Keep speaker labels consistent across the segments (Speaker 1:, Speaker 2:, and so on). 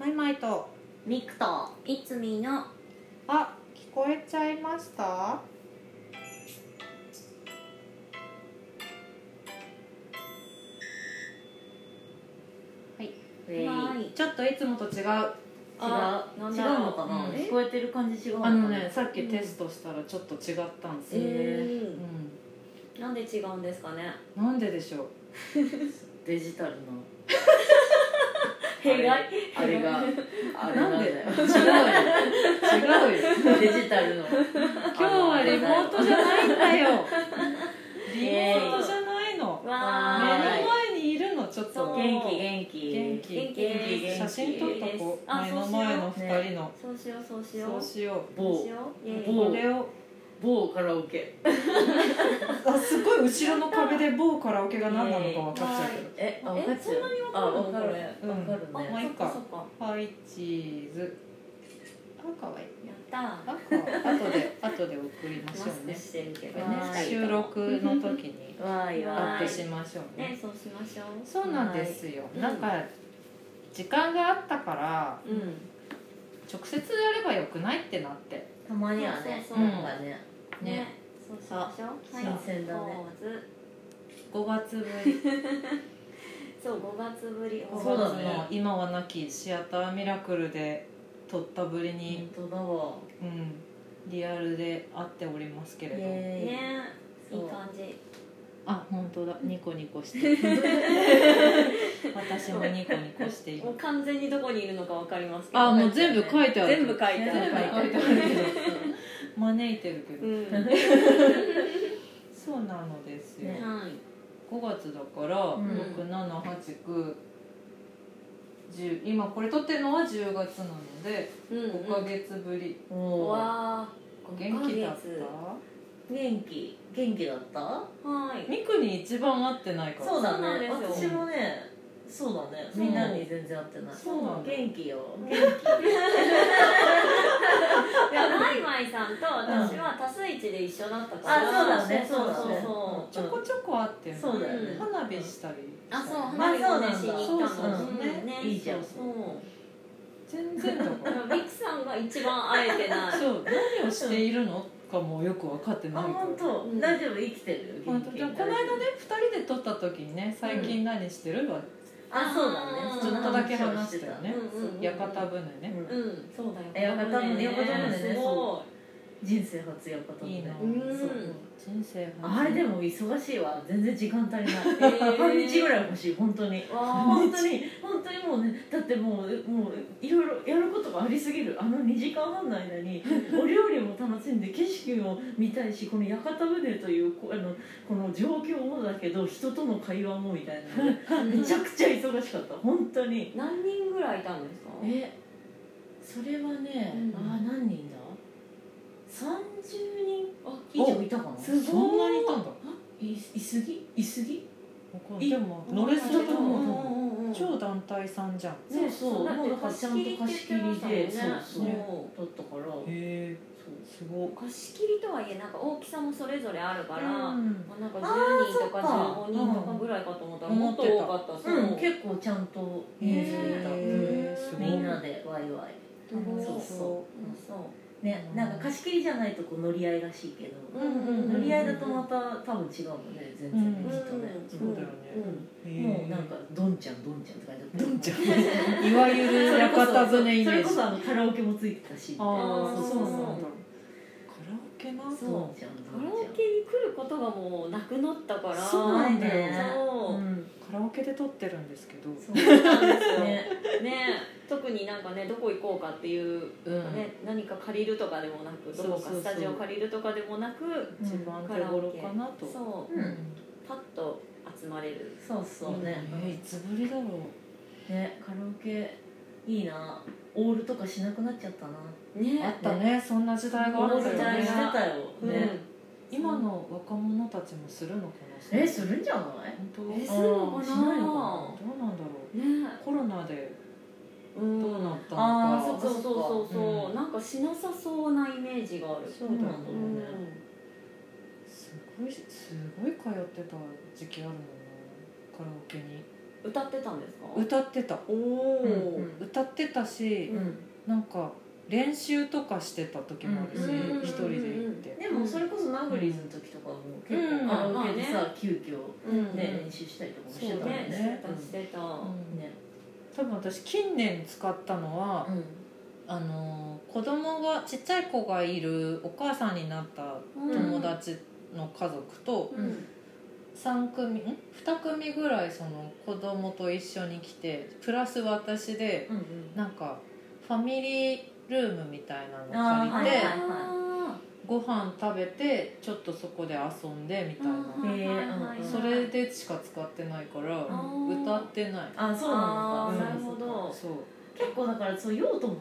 Speaker 1: マイマイと
Speaker 2: ミクといつみの
Speaker 1: あ聞こえちゃいました
Speaker 2: ウェイ
Speaker 3: はい
Speaker 1: ちょっといつもと違う
Speaker 2: あ
Speaker 3: 違う
Speaker 2: 違うのかな、
Speaker 1: うん
Speaker 2: 聞こえてる感じ違うのか
Speaker 1: あ
Speaker 2: な
Speaker 1: のねさっきテストしたらちょっと違ったんですよ、
Speaker 2: え
Speaker 1: う
Speaker 3: いなんで違うんですかね
Speaker 1: ん、なんででしょう
Speaker 2: デジタルの
Speaker 3: 弊害
Speaker 2: あれ があれなんだよ
Speaker 1: 違うよ違うよ
Speaker 2: デジタ ルの
Speaker 1: 今日はリモートじゃないんだよ リモ
Speaker 2: イエーイ
Speaker 1: ートじゃないの目
Speaker 3: わ
Speaker 2: は
Speaker 3: ー
Speaker 2: い
Speaker 1: の前にいるのちょっ
Speaker 3: そ
Speaker 1: と
Speaker 3: う
Speaker 2: 元気元気
Speaker 1: 元気
Speaker 3: 元気です
Speaker 1: 写真撮っとこう
Speaker 3: あ
Speaker 1: 目の前の二人の
Speaker 3: そうしようそうしよ
Speaker 1: そう
Speaker 3: う
Speaker 1: しよ
Speaker 3: そう
Speaker 2: 某
Speaker 3: しようイエ
Speaker 1: う
Speaker 3: イ
Speaker 2: 某
Speaker 1: これを
Speaker 2: 某カラオケ
Speaker 1: あすごい後ろの壁で某カラオケが何なのか分かっちゃうけど
Speaker 2: えあ
Speaker 3: え
Speaker 2: 分かっち
Speaker 3: そ
Speaker 2: ゃう
Speaker 3: んなに分かるの
Speaker 2: あ分かる
Speaker 1: うん
Speaker 2: 分かる
Speaker 3: あ
Speaker 2: ね
Speaker 1: もういいか
Speaker 3: そっそっか
Speaker 1: はいチーズあかわいい
Speaker 3: やったー
Speaker 1: あか後で後で送りましょ
Speaker 3: マス
Speaker 1: う
Speaker 3: ク
Speaker 1: ね
Speaker 3: してるけどね
Speaker 2: マスク
Speaker 3: 二人
Speaker 1: 収
Speaker 3: とも
Speaker 1: 録の時に
Speaker 2: わーい
Speaker 1: ア
Speaker 2: わ
Speaker 1: ッ
Speaker 2: ー
Speaker 1: プ
Speaker 2: い
Speaker 1: しましょうね
Speaker 3: ねそうしましょう
Speaker 1: そうなんですよ、
Speaker 3: い
Speaker 1: なんか時間があったから
Speaker 2: うん
Speaker 1: 直接やればよくないってなって
Speaker 2: たまにはね
Speaker 3: そう
Speaker 1: そうそう
Speaker 2: なんかね
Speaker 1: ね
Speaker 3: ねそうしましょうはい
Speaker 2: 新鮮だね
Speaker 3: ポーズ
Speaker 1: 5月ぶり
Speaker 3: そう5月ぶり
Speaker 1: 5月
Speaker 2: そうだね
Speaker 1: の今はなきシアターミラクルで撮ったぶりに、
Speaker 2: 本当だわ
Speaker 1: うんリアルで会っておりますけれ
Speaker 2: イ
Speaker 1: ど、
Speaker 2: エ
Speaker 3: ねい
Speaker 2: そう
Speaker 3: い感じ
Speaker 1: あ本当だニコニコして 私もニコニコしている
Speaker 3: も う完全にどこにいるのかわかりますけど
Speaker 1: あもう全部書いてある
Speaker 3: 全部書いてあ
Speaker 2: ーイ
Speaker 3: る
Speaker 1: 全部書いてある招いてるけど、
Speaker 3: うん
Speaker 1: そうなのですよ、
Speaker 2: ね
Speaker 3: はい
Speaker 1: 5月だから、
Speaker 2: うん
Speaker 1: 6789 10今これ撮ってるのは10月なので
Speaker 3: うん
Speaker 1: 5ヶ月ぶり、
Speaker 3: うん
Speaker 2: おー
Speaker 3: わ
Speaker 1: 元気だっ
Speaker 3: 五
Speaker 2: 元気元気だった
Speaker 3: ーはい
Speaker 1: たミクに一番会ってないから
Speaker 2: そうだね
Speaker 3: そうなんです
Speaker 1: よ
Speaker 2: 私もねそうだね
Speaker 1: そう
Speaker 2: みんなに全然会ってない
Speaker 1: そうなんだ
Speaker 2: 元気よ元
Speaker 3: いやマイマイさんと私は多数一で一緒だった
Speaker 2: 気
Speaker 3: から
Speaker 2: あそうだねそうだね
Speaker 3: そ
Speaker 1: ちょこちょこ会ってる
Speaker 2: そうだよね
Speaker 3: うん
Speaker 1: 花火したり
Speaker 3: あそう
Speaker 2: まあ
Speaker 3: 花火をねし
Speaker 2: そ
Speaker 3: に
Speaker 2: うなんだ
Speaker 3: 行ったの
Speaker 2: そうそう
Speaker 3: うんね
Speaker 2: いいじゃん
Speaker 3: そう
Speaker 1: 全然だか
Speaker 3: だ
Speaker 1: ら
Speaker 3: からミクさんが一番会えてない
Speaker 1: そう何をしているのかもよく分かって
Speaker 2: あ
Speaker 1: ないから
Speaker 2: 本当
Speaker 3: うん
Speaker 2: 大丈夫生きてるよ
Speaker 1: 本
Speaker 2: 元
Speaker 1: 当
Speaker 2: 気
Speaker 1: じゃあこの間ね2人で撮った時にね最近何してるわ、
Speaker 2: あそうだね
Speaker 3: ちょっ
Speaker 1: とだけ話したよね
Speaker 3: うんうんうん
Speaker 1: 屋形船ね、
Speaker 2: うん
Speaker 3: うんそうだ
Speaker 2: え
Speaker 3: よ
Speaker 2: 屋形船ね
Speaker 3: 屋形船
Speaker 2: うん
Speaker 3: すご
Speaker 2: 人生初やった
Speaker 1: いいな、
Speaker 3: うん
Speaker 2: そう
Speaker 1: 人生初
Speaker 2: あれでも忙しいわ全然時間足りない
Speaker 3: ー
Speaker 2: 半日ぐらい欲しい本当に
Speaker 3: いわ
Speaker 2: 本当に本当にもうねだってもうもういろいろやることがありすぎるあの2時間半の間に お料理も楽しんで景色も見たいしこの屋形船というこあのこの状況もだけど人との会話もみたいなの で
Speaker 3: ー
Speaker 2: めちゃくちゃ忙しかった本当に
Speaker 3: 何人ぐらいいたんですか
Speaker 2: えそれはね、
Speaker 3: うん
Speaker 2: ああ何人だ30人
Speaker 3: あ
Speaker 2: 以上いたかな
Speaker 3: すごい
Speaker 1: そんなにいたんだ
Speaker 2: いいすぎいすぎ
Speaker 1: わかんない
Speaker 2: い
Speaker 1: でも乗れそうだと
Speaker 2: うん
Speaker 1: 思う
Speaker 3: うんうん
Speaker 1: 超団体さんじゃんへ
Speaker 2: そうそう
Speaker 3: だって
Speaker 2: もうだからちゃんと貸し切りで
Speaker 3: 貸し切りって言ってましたもんね
Speaker 2: だったから
Speaker 1: え
Speaker 2: そう
Speaker 1: すご
Speaker 3: 貸し切りとはいえなんか大きさもそれぞれあるから、ま
Speaker 2: ん
Speaker 3: あなんか
Speaker 2: あ
Speaker 3: 10人とか
Speaker 2: そっか
Speaker 3: 15人とかぐらいかと思ったら
Speaker 1: うん
Speaker 3: もっと多かった、そう、
Speaker 2: うん、結構ちゃんと人数いた、
Speaker 1: へー
Speaker 2: うん
Speaker 1: すごい
Speaker 2: みんなでワイワ
Speaker 3: すごい
Speaker 2: そ
Speaker 3: う
Speaker 2: うそ
Speaker 3: んそう
Speaker 2: イねなんか貸し切りじゃないとこう乗り合いらしいけど、
Speaker 3: うんうん
Speaker 2: 乗り合いだとまた多分違うもんね全然ね、
Speaker 1: うん
Speaker 2: きっとね、
Speaker 3: うん
Speaker 1: そうだよね
Speaker 3: う
Speaker 1: い
Speaker 2: うんもうなんか「どんちゃんどんちゃん」って書いてあった
Speaker 1: ドンちゃんいわゆる屋形船イメ
Speaker 2: それ
Speaker 1: ー
Speaker 2: こ
Speaker 1: ジ
Speaker 2: そあのカラオケもついてたし
Speaker 1: あ
Speaker 2: どん
Speaker 1: あ
Speaker 3: あー
Speaker 1: そうなんだ
Speaker 3: そう
Speaker 1: カラオケ
Speaker 3: そう
Speaker 1: な
Speaker 2: ちゃんどんちゃん
Speaker 3: カラオケに来ることがもうなくなったから
Speaker 1: そうなんだよ
Speaker 2: ね
Speaker 3: そう
Speaker 2: うん
Speaker 1: カラオケで撮ってるんですけど
Speaker 2: そう
Speaker 3: そうなんですよね
Speaker 2: ね
Speaker 3: 特になんかねどこ行こうかっていう、
Speaker 1: うん
Speaker 3: ね何か借りるとかでもなくどこ
Speaker 1: そう
Speaker 3: か
Speaker 1: そうそう
Speaker 3: スタジオ借りるとかでもなく
Speaker 1: 一番手頃かなと
Speaker 3: そううんパッと集まれる
Speaker 2: そうそうね、
Speaker 1: えいつぶりだろう
Speaker 2: ねカラオケいいなオールとかしなくなっちゃったな
Speaker 1: あ
Speaker 3: ね
Speaker 1: ったねそんな時代があった
Speaker 3: そ
Speaker 1: よ
Speaker 3: うだね
Speaker 2: して
Speaker 1: ね
Speaker 2: たよ
Speaker 3: うん
Speaker 2: ね、
Speaker 1: 今の若者たちもするのかな
Speaker 2: えするんじゃない
Speaker 1: 本当
Speaker 3: え
Speaker 1: ど
Speaker 3: するのか
Speaker 2: あーし
Speaker 3: な
Speaker 2: ないの
Speaker 1: うなんだろ
Speaker 3: ね
Speaker 1: うコロナで
Speaker 3: うん
Speaker 1: どうなったの
Speaker 2: あー
Speaker 1: か
Speaker 2: そっ
Speaker 3: そうそうそうそう、
Speaker 1: うん
Speaker 3: なんかしなさそうなイメージがある
Speaker 1: そう
Speaker 2: だね
Speaker 3: う
Speaker 2: うん
Speaker 3: ん
Speaker 1: すごいすごい通ってた時期あるもんなカラオケに
Speaker 3: 歌ってたんですか
Speaker 1: 歌ってた
Speaker 3: おお、
Speaker 2: うんうん
Speaker 1: 歌っってたし、
Speaker 2: うん
Speaker 1: なんか練習とかしてた時もあるし、
Speaker 3: うん
Speaker 1: 一人で行って、
Speaker 2: でもそれこそナグリーズの時とかも結
Speaker 1: うん
Speaker 2: 構カラオケで
Speaker 3: まあ
Speaker 2: さ急遽
Speaker 3: うん
Speaker 2: ね
Speaker 1: うん
Speaker 2: 練習したりとかもして
Speaker 3: そう
Speaker 2: たもん
Speaker 3: ね
Speaker 2: ね
Speaker 3: してたしてた
Speaker 1: うん
Speaker 2: ね
Speaker 1: 多分私近年使ったのは、あのー子供がちっちゃい子がいるお母さんになった友達の家族と
Speaker 3: うん
Speaker 1: 3組、ん2組ぐらいその子供と一緒に来てプラス私で
Speaker 2: うん
Speaker 1: なんかファミリールームみたいなの
Speaker 2: あー
Speaker 1: を借
Speaker 3: あー
Speaker 1: りて、
Speaker 2: はいはい
Speaker 1: ご飯食べてちょっとそこで遊んでみたいな、
Speaker 2: んへー
Speaker 3: はいはいはい
Speaker 2: うん
Speaker 1: それでしか使ってないから
Speaker 3: ー
Speaker 1: 歌ってない
Speaker 2: あそうな
Speaker 3: あ
Speaker 2: の
Speaker 3: ー
Speaker 2: か
Speaker 3: なるほど
Speaker 1: そう
Speaker 2: 結構だからそう用途も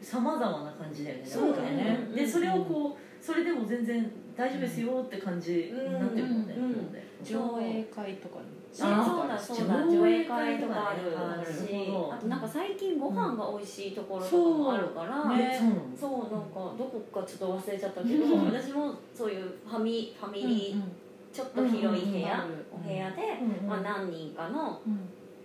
Speaker 2: 様々な感じだよね
Speaker 1: そうだね
Speaker 2: なんかでそれをこうそれでも全然大丈夫ですよって感じになってるもんね、
Speaker 3: うんうん
Speaker 2: なんで
Speaker 1: 上映会とかに
Speaker 3: あそうだそうだ上映会とかある
Speaker 2: あーな
Speaker 3: し
Speaker 2: るほど
Speaker 3: あとなんか最近ご飯が美味しいところとかもあるから、
Speaker 1: うんね
Speaker 2: えそうなの
Speaker 3: そうなんかどこかちょっと忘れちゃったけど、
Speaker 2: うん
Speaker 3: 私もそういうファミファミリー、ちょっと広い部屋、
Speaker 1: うん
Speaker 3: お部屋で、
Speaker 2: うんうん
Speaker 3: まあ、何人かの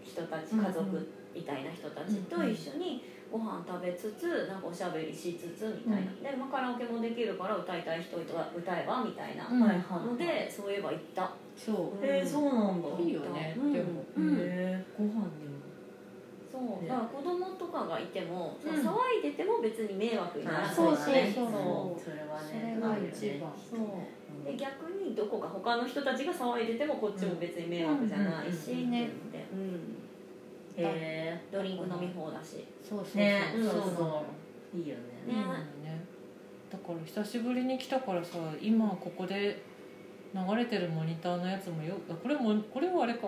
Speaker 3: 人たち
Speaker 2: うんうん
Speaker 3: 家族みたいな人たちと一緒にご飯食べつつなんかおしゃべりしつつみたいな、で、まあ、カラオケもできるから歌いたい人は歌えばみたいな
Speaker 1: うん
Speaker 2: はいはい
Speaker 3: のでそういえば行った
Speaker 1: そう
Speaker 2: へえそうなんだ、
Speaker 1: いいよね、
Speaker 3: うん
Speaker 1: でも、
Speaker 3: うん
Speaker 2: へえご飯にも
Speaker 3: そう
Speaker 2: ね
Speaker 3: だから子供とかがいても、
Speaker 1: うん
Speaker 3: 騒いでても別に迷惑にならない
Speaker 1: そうそう
Speaker 3: ね
Speaker 1: そう
Speaker 2: それは
Speaker 1: そ
Speaker 2: ね
Speaker 1: れが一番
Speaker 3: そうで逆にどこか他の人たちが騒いでてもこっちも別に迷惑じゃないし、
Speaker 2: うん
Speaker 1: うんね
Speaker 3: でうん、
Speaker 2: へえ
Speaker 3: ドリンク飲み放だし
Speaker 1: そうそうそう、
Speaker 2: ね
Speaker 1: そう
Speaker 2: そう
Speaker 1: なの
Speaker 2: そういいよね
Speaker 1: いいのよねだから久しぶりに来たからさ今ここで流れてるモニターのやつもよあこれもこれはあれか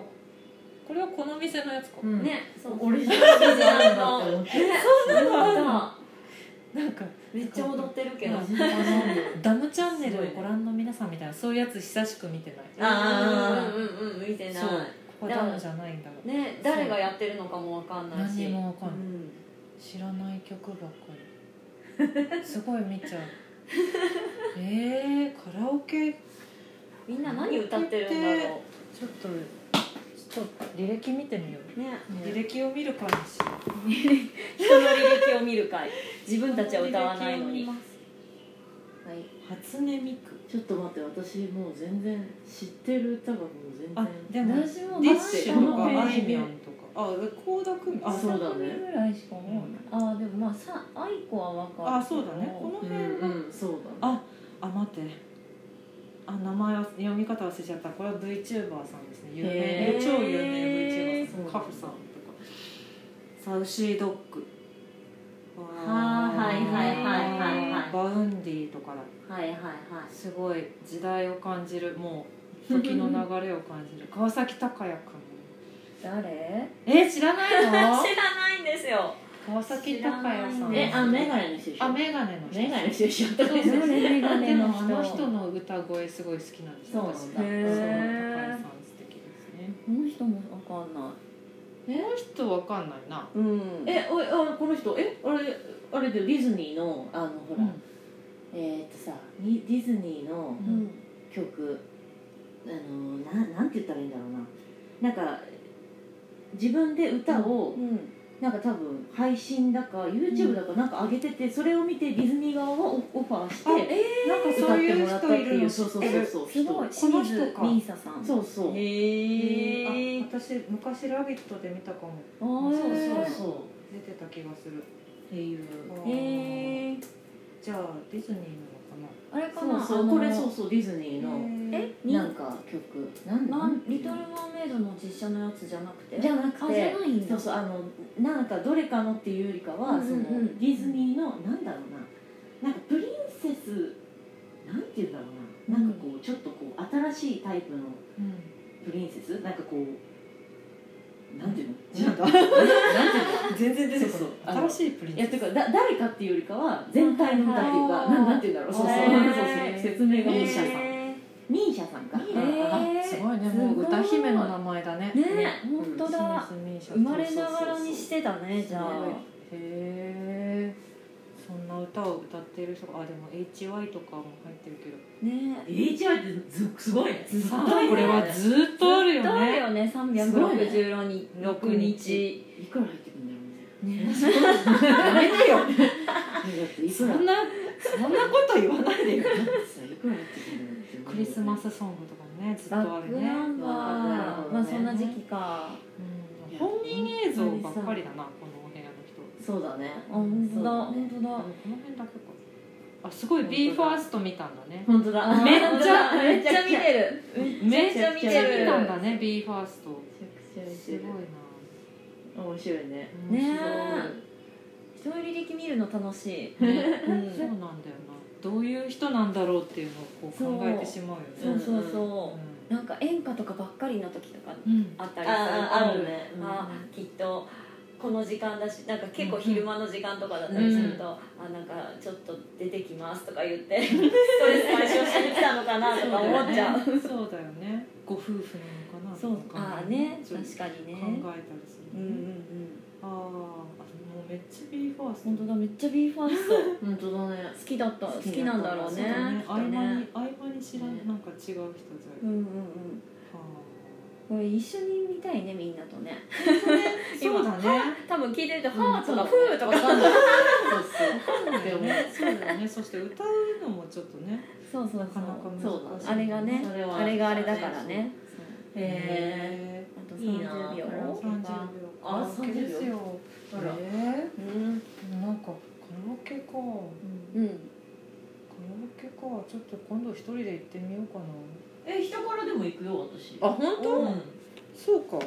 Speaker 1: これはこの店のやつか、
Speaker 2: うん
Speaker 3: ねそう
Speaker 2: オリジナルじゃないんだって 思って
Speaker 3: ねそんなのあっ
Speaker 1: なんか
Speaker 3: ためっちゃ踊ってるけど、
Speaker 2: オリジナルなんだ
Speaker 1: ダムチャンネルをご覧の皆さんみたいなそういうやつ久しく見てない
Speaker 2: あー
Speaker 3: うんうんうんうん見てない
Speaker 1: そうここダムじゃないんだろう
Speaker 3: ね誰がやってるのかもわかんないし
Speaker 1: 何にもわかんない、
Speaker 3: うん
Speaker 1: 知らない曲ばっかりすごい見 ちゃうえー、カラオケ
Speaker 3: みんな何歌ってるんだろ
Speaker 1: ちょっとちょっと履歴見てみよう
Speaker 3: うね
Speaker 1: 履歴を見る感じ
Speaker 3: 人の履歴を見る会自分たちは歌わないのに、
Speaker 1: 履歴を見
Speaker 3: は
Speaker 1: ま
Speaker 3: い、
Speaker 1: 初音ミク
Speaker 2: ちょっと待って私もう全然知ってる歌がもう全然
Speaker 1: あでも
Speaker 2: 私も
Speaker 1: ディ
Speaker 2: だ
Speaker 1: ッ
Speaker 2: って
Speaker 1: シ
Speaker 2: こ
Speaker 1: ュと
Speaker 2: のペ
Speaker 1: かあ
Speaker 2: ー
Speaker 1: い
Speaker 2: ジ
Speaker 1: み
Speaker 2: で
Speaker 1: ょんとかあ倖田來未あ
Speaker 2: そうだ
Speaker 1: 倖
Speaker 2: ね
Speaker 1: 田來未ぐらいしか思わない
Speaker 4: ああでもまあさあいこはわかる
Speaker 1: あそうだねこの
Speaker 2: う
Speaker 1: 辺
Speaker 2: ん
Speaker 1: は
Speaker 2: うんそうだ
Speaker 1: ああ待ってあ名前は読み方忘れちゃったこれは VTuber さんですね有名
Speaker 2: へ
Speaker 1: で
Speaker 2: ー
Speaker 1: 超有名 VTuber さ
Speaker 2: そうんなんだ
Speaker 1: カフさんとかサウシードッグ
Speaker 4: あーはいはいはいはいはい
Speaker 1: バウンディとかだ
Speaker 4: はいはいはい
Speaker 1: すごい時代を感じるもう時の流れを感じる川崎隆也君
Speaker 4: 誰
Speaker 1: え知らないの
Speaker 3: 知らないんですよ
Speaker 1: 川崎隆也さん
Speaker 3: 知
Speaker 2: え
Speaker 3: ら
Speaker 2: あメガネの人でしょ
Speaker 1: あメガネの人
Speaker 2: メガネの人でしょ
Speaker 1: そうそうそう
Speaker 4: メガネの人
Speaker 1: でもあの人の歌声すごい好きなんです
Speaker 2: そうなんだ
Speaker 1: 私
Speaker 2: へ
Speaker 4: ー
Speaker 1: そう高井さん素敵ですね
Speaker 4: この人もわかんない
Speaker 1: この人わかんないな
Speaker 4: うん
Speaker 2: えおいあこの人えあれあれでディズニーのあのほら、えーっとさにディズニーの
Speaker 4: うん
Speaker 2: 曲あのななんて言ったらいいんだろうななんか自分で歌を、
Speaker 4: うん
Speaker 2: なんか多分配信だか YouTube だかなんか上げてて、それを見てディズニー側はオオファーして
Speaker 1: あ
Speaker 2: なんか
Speaker 1: そういう人いるの
Speaker 2: そうそうそうそう
Speaker 4: すごい
Speaker 1: この人
Speaker 4: 清
Speaker 1: か
Speaker 4: 水ミーサさん
Speaker 2: そうそう
Speaker 1: へ
Speaker 3: へ
Speaker 1: え
Speaker 3: ー
Speaker 1: 私昔「ラビット!」で見たかも
Speaker 4: あー
Speaker 2: そうそうそう
Speaker 1: 出てた気がする
Speaker 2: っていう
Speaker 1: あ
Speaker 4: へ
Speaker 1: ー
Speaker 4: え
Speaker 1: じゃあディズニーなのかな
Speaker 4: あれか
Speaker 2: そ
Speaker 4: な
Speaker 2: うそ
Speaker 4: あ
Speaker 2: う
Speaker 4: の
Speaker 2: これそうそうディズニーの
Speaker 1: え
Speaker 4: えに
Speaker 2: なんか曲なん
Speaker 3: な
Speaker 2: なん
Speaker 3: リトル・マーメイドの実写のやつじゃなくて
Speaker 2: じゃなく
Speaker 4: あじゃ
Speaker 2: て
Speaker 4: ないん
Speaker 2: そ
Speaker 4: だ
Speaker 2: うそうあのなんかどれかのっていうよりか
Speaker 3: う
Speaker 2: は、
Speaker 3: んうんうん
Speaker 2: そのディズニーのなんだろうななんかプリンセスなんていうんだろうななんかこうちょっとこう新しいタイプのプリンセスなんかこうなんていうの
Speaker 1: なんだ
Speaker 2: なんていうの
Speaker 1: 全然出てこ
Speaker 2: そうそう
Speaker 1: ない新しいプリン
Speaker 2: いやて
Speaker 1: ス
Speaker 2: かだ誰かっていうよりかは全体の歌っていう
Speaker 3: あ
Speaker 2: か
Speaker 3: ー
Speaker 2: なんなんていうんだろうそうそう
Speaker 1: へ
Speaker 2: そう
Speaker 1: ー
Speaker 2: そう説明がミーシャさん
Speaker 3: へ
Speaker 2: ミーシャさんか
Speaker 3: ーへー
Speaker 1: すごいねもう歌姫の名前だね
Speaker 3: ね
Speaker 2: ね
Speaker 3: 本当だ生
Speaker 1: 生
Speaker 3: まれながらにしてたねじゃあ
Speaker 1: へえそんな歌を歌っている人があでも HY とかも入ってるけど
Speaker 3: ね
Speaker 2: HI ってずすごいね
Speaker 1: ずっと
Speaker 2: すごいね
Speaker 1: これはずっとあるよ
Speaker 3: どう
Speaker 1: ね
Speaker 3: よね
Speaker 2: すごい
Speaker 3: 366日
Speaker 1: 六日
Speaker 2: いくら入ってくんだろうね
Speaker 1: ね
Speaker 4: やめて よ。だってい
Speaker 1: そ
Speaker 4: くら
Speaker 1: んな
Speaker 4: そんなこと言わないでよ。いくらやってくれるって
Speaker 1: クリスマスソングとかもねずっと
Speaker 3: バ
Speaker 1: あ
Speaker 3: ッ
Speaker 1: る
Speaker 3: ク
Speaker 1: ね、
Speaker 3: ナンバー、まあそんな時期か
Speaker 1: うん、本人映像ばっかりだなこのお部屋の人
Speaker 3: そうだねあ本当だ
Speaker 2: そう
Speaker 3: 本当
Speaker 1: あ
Speaker 3: だ
Speaker 1: この辺だけかあすごい b ファースト見たんだね
Speaker 2: 本当だ
Speaker 1: めっちゃ
Speaker 3: めっちゃ見てる
Speaker 1: め
Speaker 3: め
Speaker 1: っ
Speaker 3: っ
Speaker 1: ち
Speaker 3: ち
Speaker 1: ゃ
Speaker 3: ゃ
Speaker 1: 見
Speaker 3: 見
Speaker 1: て
Speaker 3: て
Speaker 1: る
Speaker 3: る
Speaker 1: 見たんだね b ファースト
Speaker 2: めちゃくちゃ見
Speaker 1: す
Speaker 2: て
Speaker 1: ごい
Speaker 2: る
Speaker 1: な
Speaker 2: 面白いね
Speaker 1: うん
Speaker 3: ね一人履歴見るの楽しい
Speaker 1: ね
Speaker 3: う
Speaker 1: そうんなんだよなどういう人なんだろうっていうのをこう考えてしまうよね
Speaker 3: そうそうそ
Speaker 1: うん
Speaker 3: うなんか演歌とかばっかりの時とか
Speaker 1: うん
Speaker 3: あったりする
Speaker 2: あ
Speaker 3: と
Speaker 2: ああるねうん
Speaker 3: あきっとこの時間だしなんか結構昼間の時間とかだったりすると、あなんかちょっと出てきますとか言ってストレス解消しに来たのかなとか思っちゃう
Speaker 1: そうだよねご夫婦なのかなとか
Speaker 3: ああね
Speaker 1: そう
Speaker 3: 確かに
Speaker 1: 考え
Speaker 3: ね
Speaker 1: たりする、
Speaker 3: うんうんうん
Speaker 1: あーあもうめっちゃ b ファースト
Speaker 3: 本当だめっちゃ b ファースト
Speaker 2: 本当だね
Speaker 3: 好きだった好きなんだろうね
Speaker 1: そうだね
Speaker 3: きっ
Speaker 1: 合
Speaker 3: と
Speaker 1: 間
Speaker 3: ね
Speaker 1: に合間に知らん、
Speaker 2: ね
Speaker 1: なんか違う人じゃ、
Speaker 3: うんうんうん
Speaker 1: は
Speaker 3: これ一緒に見たいねみんなとね
Speaker 1: あ
Speaker 3: 今
Speaker 1: そうだね
Speaker 3: 多分聞いてると「
Speaker 2: うん
Speaker 3: はーとか「
Speaker 2: そう
Speaker 3: ふー」とか
Speaker 2: そう
Speaker 1: そうだよ
Speaker 2: でも
Speaker 1: ねそうだよねそして歌うのもちょっとね
Speaker 3: そうそう
Speaker 1: なか
Speaker 3: そ
Speaker 1: なか
Speaker 3: う
Speaker 1: 難しい
Speaker 2: そう
Speaker 3: あ
Speaker 2: だね
Speaker 3: れがね
Speaker 2: それは
Speaker 3: あれがあれだからね
Speaker 2: へえ
Speaker 1: え
Speaker 3: あと
Speaker 2: いいな
Speaker 3: 30秒
Speaker 2: カラオケ
Speaker 1: 30
Speaker 2: か
Speaker 1: 秒
Speaker 2: あ
Speaker 1: カラオケですよ
Speaker 2: あら
Speaker 1: え
Speaker 3: うん
Speaker 1: ー、でもなんかカラオケかカラオ
Speaker 3: うん
Speaker 1: ケかちょっと今度一人で行ってみようか
Speaker 2: え人からでも行くよ私
Speaker 1: なあ本
Speaker 2: うんうん
Speaker 1: そうか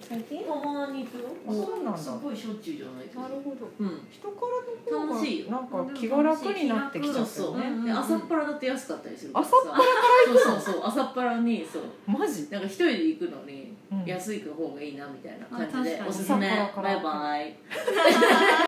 Speaker 3: 最近
Speaker 2: たまに行くよ
Speaker 1: あそうなんだ
Speaker 2: すごいしょっちゅうじゃないけど
Speaker 1: なるほど
Speaker 2: うん
Speaker 1: 人からの方
Speaker 2: 楽しい
Speaker 1: がなんか気が楽になってきちゃった
Speaker 2: そう
Speaker 1: よ
Speaker 2: そう、
Speaker 1: ね
Speaker 2: で朝っぱらだって安かったりする
Speaker 1: 朝っぱ
Speaker 2: らから行くのそうそうそう朝っぱらにそう
Speaker 1: マジ
Speaker 2: なんか一人で行くのに
Speaker 1: うん
Speaker 2: 安い方がいいなみたいな感じ
Speaker 3: あ確
Speaker 2: で
Speaker 3: かに
Speaker 2: おすすめ
Speaker 1: 朝っぱらか
Speaker 2: バ
Speaker 1: ら
Speaker 2: イバイ